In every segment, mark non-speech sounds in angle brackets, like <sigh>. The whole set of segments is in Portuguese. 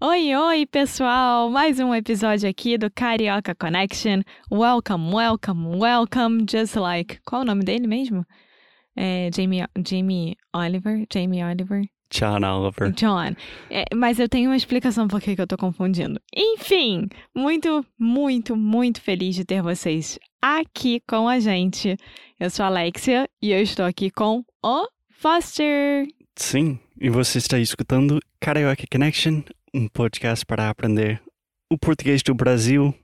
Oi, oi, pessoal! Mais um episódio aqui do Carioca Connection. Welcome, welcome, welcome, just like. Qual o nome dele mesmo? É Jamie, Jamie Oliver? Jamie Oliver? John Oliver. John. É, mas eu tenho uma explicação por que que eu tô confundindo. Enfim, muito, muito, muito feliz de ter vocês aqui com a gente. Eu sou a Alexia e eu estou aqui com o Foster. Sim, e você está escutando Carioca Connection, um podcast para aprender o português do Brasil.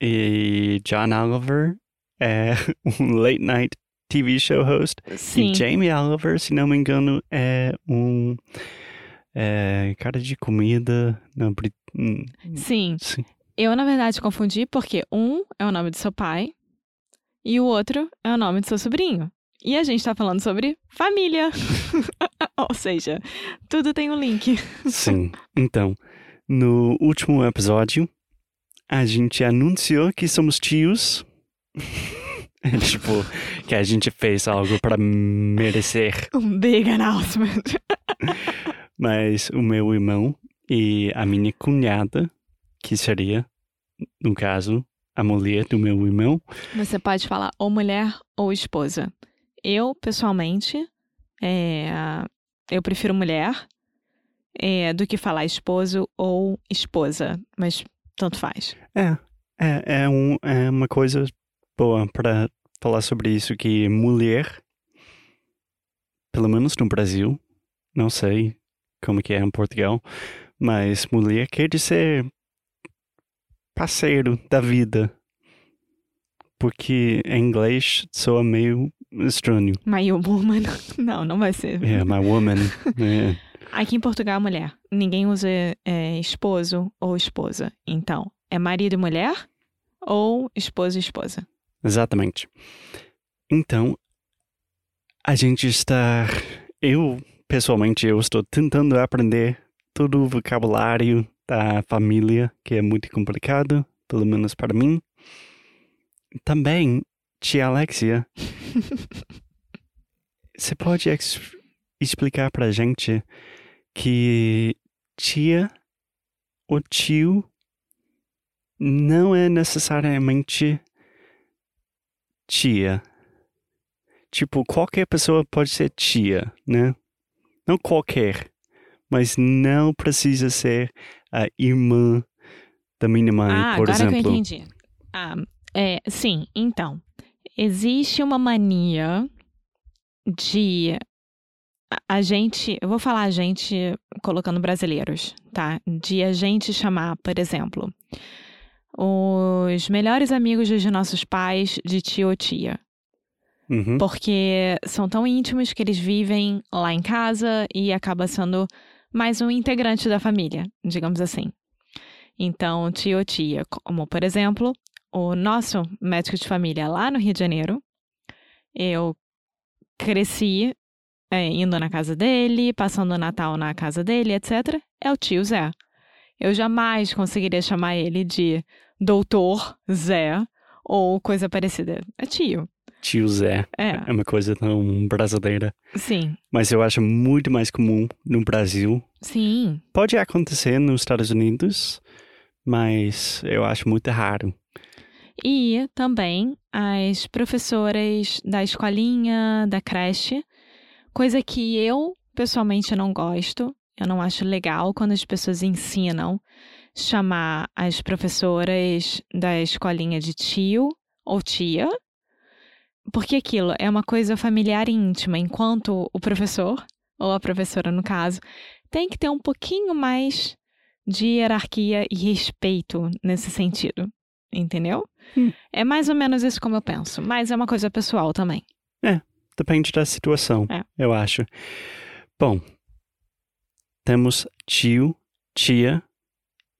E John Oliver é <laughs> um late night TV show host. Sim. E Jamie Oliver, se não me engano, é um é, cara de comida na Brit... hum, Sim. Sim. Eu, na verdade, confundi porque um é o nome do seu pai e o outro é o nome do seu sobrinho. E a gente tá falando sobre família. <laughs> Ou seja, tudo tem um link. Sim. Então, no último episódio, a gente anunciou que somos tios. <laughs> É tipo, que a gente fez algo para merecer. Um big announcement. Mas o meu irmão e a minha cunhada, que seria, no caso, a mulher do meu irmão, Você pode falar ou mulher ou esposa. Eu, pessoalmente, é, eu prefiro mulher é, do que falar esposo ou esposa. Mas tanto faz. É, é, é, um, é uma coisa boa para falar sobre isso, que mulher, pelo menos no Brasil, não sei como que é em Portugal, mas mulher quer dizer parceiro da vida. Porque em inglês soa meio estranho. My woman. <laughs> Não, não vai ser. Yeah, my woman. né? Aqui em Portugal é mulher. Ninguém usa é, esposo ou esposa. Então, é marido e mulher ou esposo e esposa. <laughs> Exatamente. Então, a gente está. Eu, pessoalmente, eu estou tentando aprender todo o vocabulário da família, que é muito complicado, pelo menos para mim. Também, tia Alexia, você pode ex- explicar para gente que tia ou tio não é necessariamente tia. Tipo, qualquer pessoa pode ser tia, né? Não qualquer, mas não precisa ser a irmã da minha mãe, ah, por agora que eu exemplo. entendi. Ah, é, sim, então. Existe uma mania de a- a gente. Eu vou falar a gente colocando brasileiros, tá? De a gente chamar, por exemplo, os melhores amigos dos nossos pais de tio ou tia. Uhum. porque são tão íntimos que eles vivem lá em casa e acaba sendo mais um integrante da família, digamos assim. Então, tio ou tia, como por exemplo, o nosso médico de família lá no Rio de Janeiro, eu cresci é, indo na casa dele, passando o Natal na casa dele, etc. É o tio Zé. Eu jamais conseguiria chamar ele de doutor Zé ou coisa parecida. É tio. Tio Zé É. é uma coisa tão brasileira. Sim, Mas eu acho muito mais comum no Brasil. sim. Pode acontecer nos Estados Unidos, mas eu acho muito raro. E também as professoras da escolinha, da creche, coisa que eu pessoalmente não gosto. Eu não acho legal quando as pessoas ensinam chamar as professoras da escolinha de tio ou tia Porque aquilo é uma coisa familiar e íntima, enquanto o professor, ou a professora no caso, tem que ter um pouquinho mais de hierarquia e respeito nesse sentido. Entendeu? Hum. É mais ou menos isso como eu penso, mas é uma coisa pessoal também. Depende da situação, É. eu acho. Bom, temos tio, tia.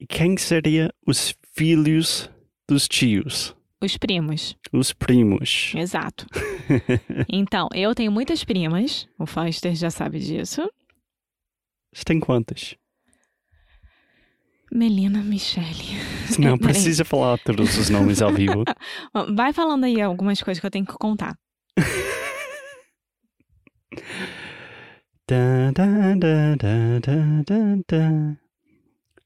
E quem seria os filhos dos tios? Os primos, Os primos. É. exato. então, eu tenho muitas primas, o Foster já sabe disso. Você tem quantas? Melina Michele. Você Não precisa falar todos os nomes ao vivo. Vai falando aí algumas coisas que eu tenho que contar. Tá, tá, tá, tá, tá, tá, tá.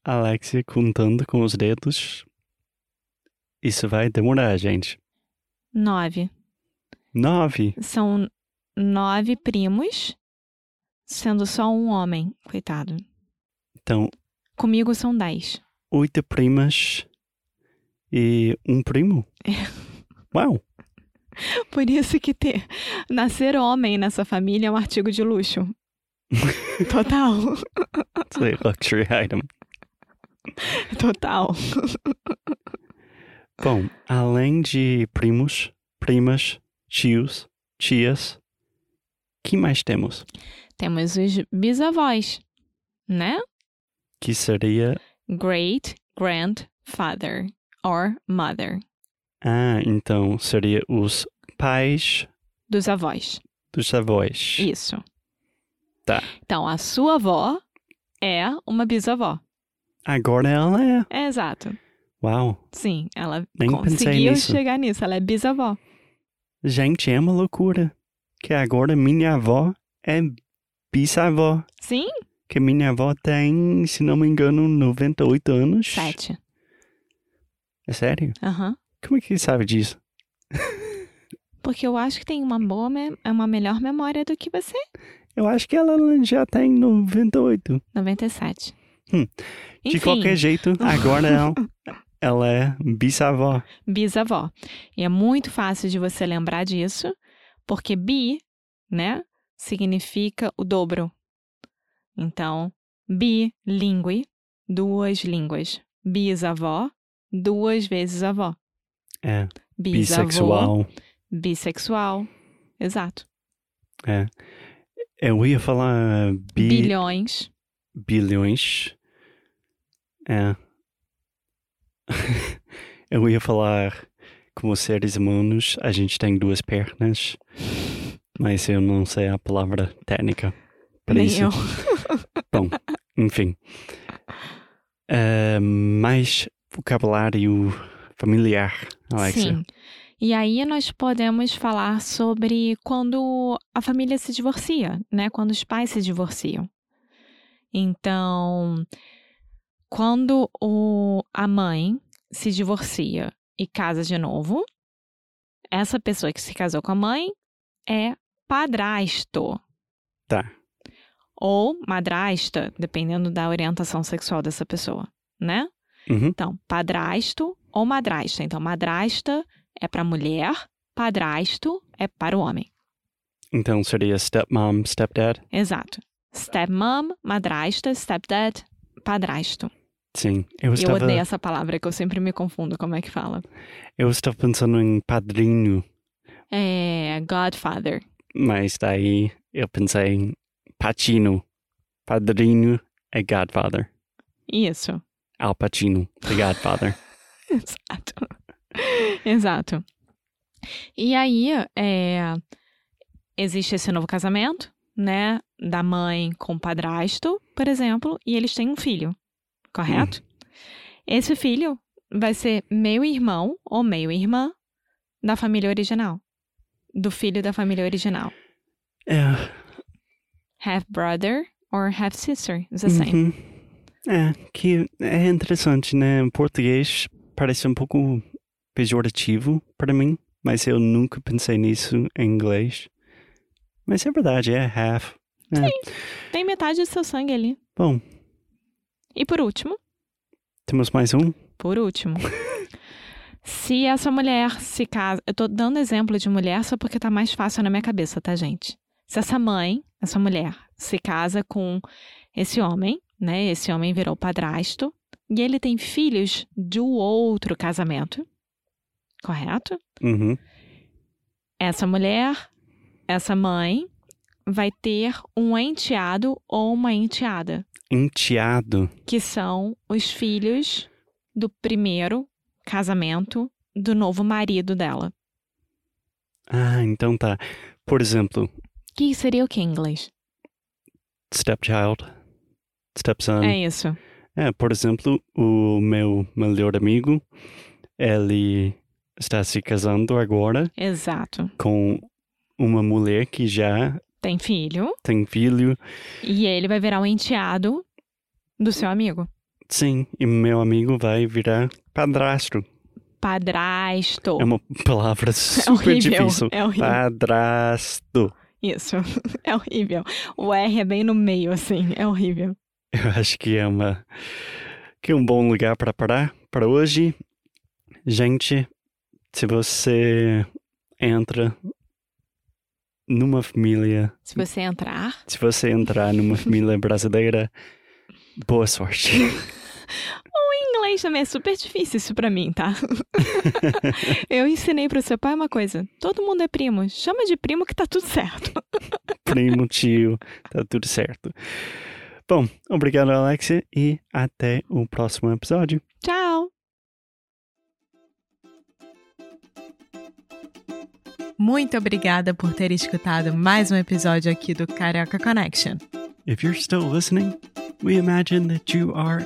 Alexia contando com os dedos. Isso vai demorar, gente. Nove. Nove. São nove primos, sendo só um homem, coitado. Então, Comigo são dez. <laughs> oito primas e um primo. Uau! Por isso que ter nascer homem nessa família é um artigo de luxo. Total, It's a luxury item. total. Bom, além de primos, primas, tios, tias, que mais temos? Temos os bisavós, né? Que seria Great grandfather or mother Ah, então seria os pais dos avós. dos avós. Isso. Tá. Então, a sua avó é uma bisavó. Agora ela é. É exato. Uau. Sim, ela Nem pensei conseguiu nisso. chegar nisso. Ela é bisavó. Gente, é uma loucura. Que agora minha avó é bisavó. Sim? Que minha avó tem, se não me engano, 98 anos. Sete. É sério? Aham. Como é que sabe disso? Porque eu acho que tem uma boa, me- uma melhor memória do que você. Eu acho que ela já tem 98. 97. Hum. Enfim, De qualquer jeito, agora ela, ela é bisavó. bisavó. E é muito fácil de você lembrar disso, porque bi, né, significa o dobro. Então, bilingue, duas línguas. Bisavó, duas vezes avó. É, Bisavô, bissexual. Bissexual. Exato. Eu ia falar bi... Bilhões. bilhões. É. <laughs> Eu ia falar como seres humanos, a gente tem duas pernas, mas eu não sei a palavra técnica para Nem isso. eu. Enfim. É, mais vocabulário familiar, Alexia. Sim. E aí nós podemos falar sobre quando a família se divorcia, né? Quando os pais se divorciam. Então, quando o, a mãe se divorcia e casa de novo, essa pessoa que se casou com a mãe é padrasto. Tá. Ou madrasta, dependendo da orientação sexual dessa pessoa, né? Uhum. Então, padrasto ou madrasta. Então, madrasta é para mulher, padrasto é para o homem. Então seria stepmom, stepdad? Exato. Stepmom, madrasta, stepdad, padrasto. Sim. Eu Eu estava, odeio essa palavra que eu sempre me confundo como é que fala. eu estava pensando em padrinho, É godfather. Mas daí eu pensei em Pacino. Padrinho é Godfather. Isso. Al Pacino, The <laughs> Godfather. Exato. Exato. E aí, é, existe esse novo casamento, né? Da mãe com o padrasto, por exemplo, e eles têm um filho, correto? Esse filho vai ser meio irmão ou meio irmã da família original. Do filho da família original. Ah. é. Half brother or half sister. It's the same. uhum. É, que é interessante, né? Em português parece um pouco pejorativo para mim, mas eu nunca pensei nisso em inglês. Mas é verdade, é half. É. Tem metade do seu sangue ali. Bom, E por último, temos mais um? Por último, Se essa mulher se casa. Eu tô dando exemplo de mulher só porque tá mais fácil na minha cabeça, tá, gente? Se essa mãe, essa mulher, se casa com esse homem, né? Esse homem virou padrasto e ele tem filhos de um outro casamento, correto? Uhum. Essa mulher, essa mãe, vai ter um enteado ou uma enteada, Enteado. que são os filhos do primeiro casamento do novo marido dela. Ah, então tá. Por exemplo, Que seria o que em inglês? stepchild, stepson. É isso. É, por exemplo, o meu melhor amigo, ele está se casando agora Exato. com uma mulher que já Tem filho tem filho. e ele vai virar o enteado do seu amigo. Sim, e meu amigo vai virar padrasto. Padrasto. É uma palavra Oh. <laughs> É super horrível. <laughs> difícil. tá? É horrível. Padrasto. Isso. <laughs> É horrível. O R é bem no meio, assim. É horrível. Eu acho que é uma que é um bom lugar para parar para hoje. Gente, se você entra numa família, Se você entrar, se você entrar numa família brasileira, boa sorte. inglês também é super difícil isso pra mim, <laughs> tá? Eu ensinei pro seu pai uma coisa. Todo mundo é primo. Chama de primo que tá tudo certo. Primo, tio, tá tudo certo. Bom, obrigado, Alexia, e até o próximo episódio. Tchau! Muito obrigada por ter escutado mais um episódio aqui do Carioca Connection. If you're still listening, we imagine that you are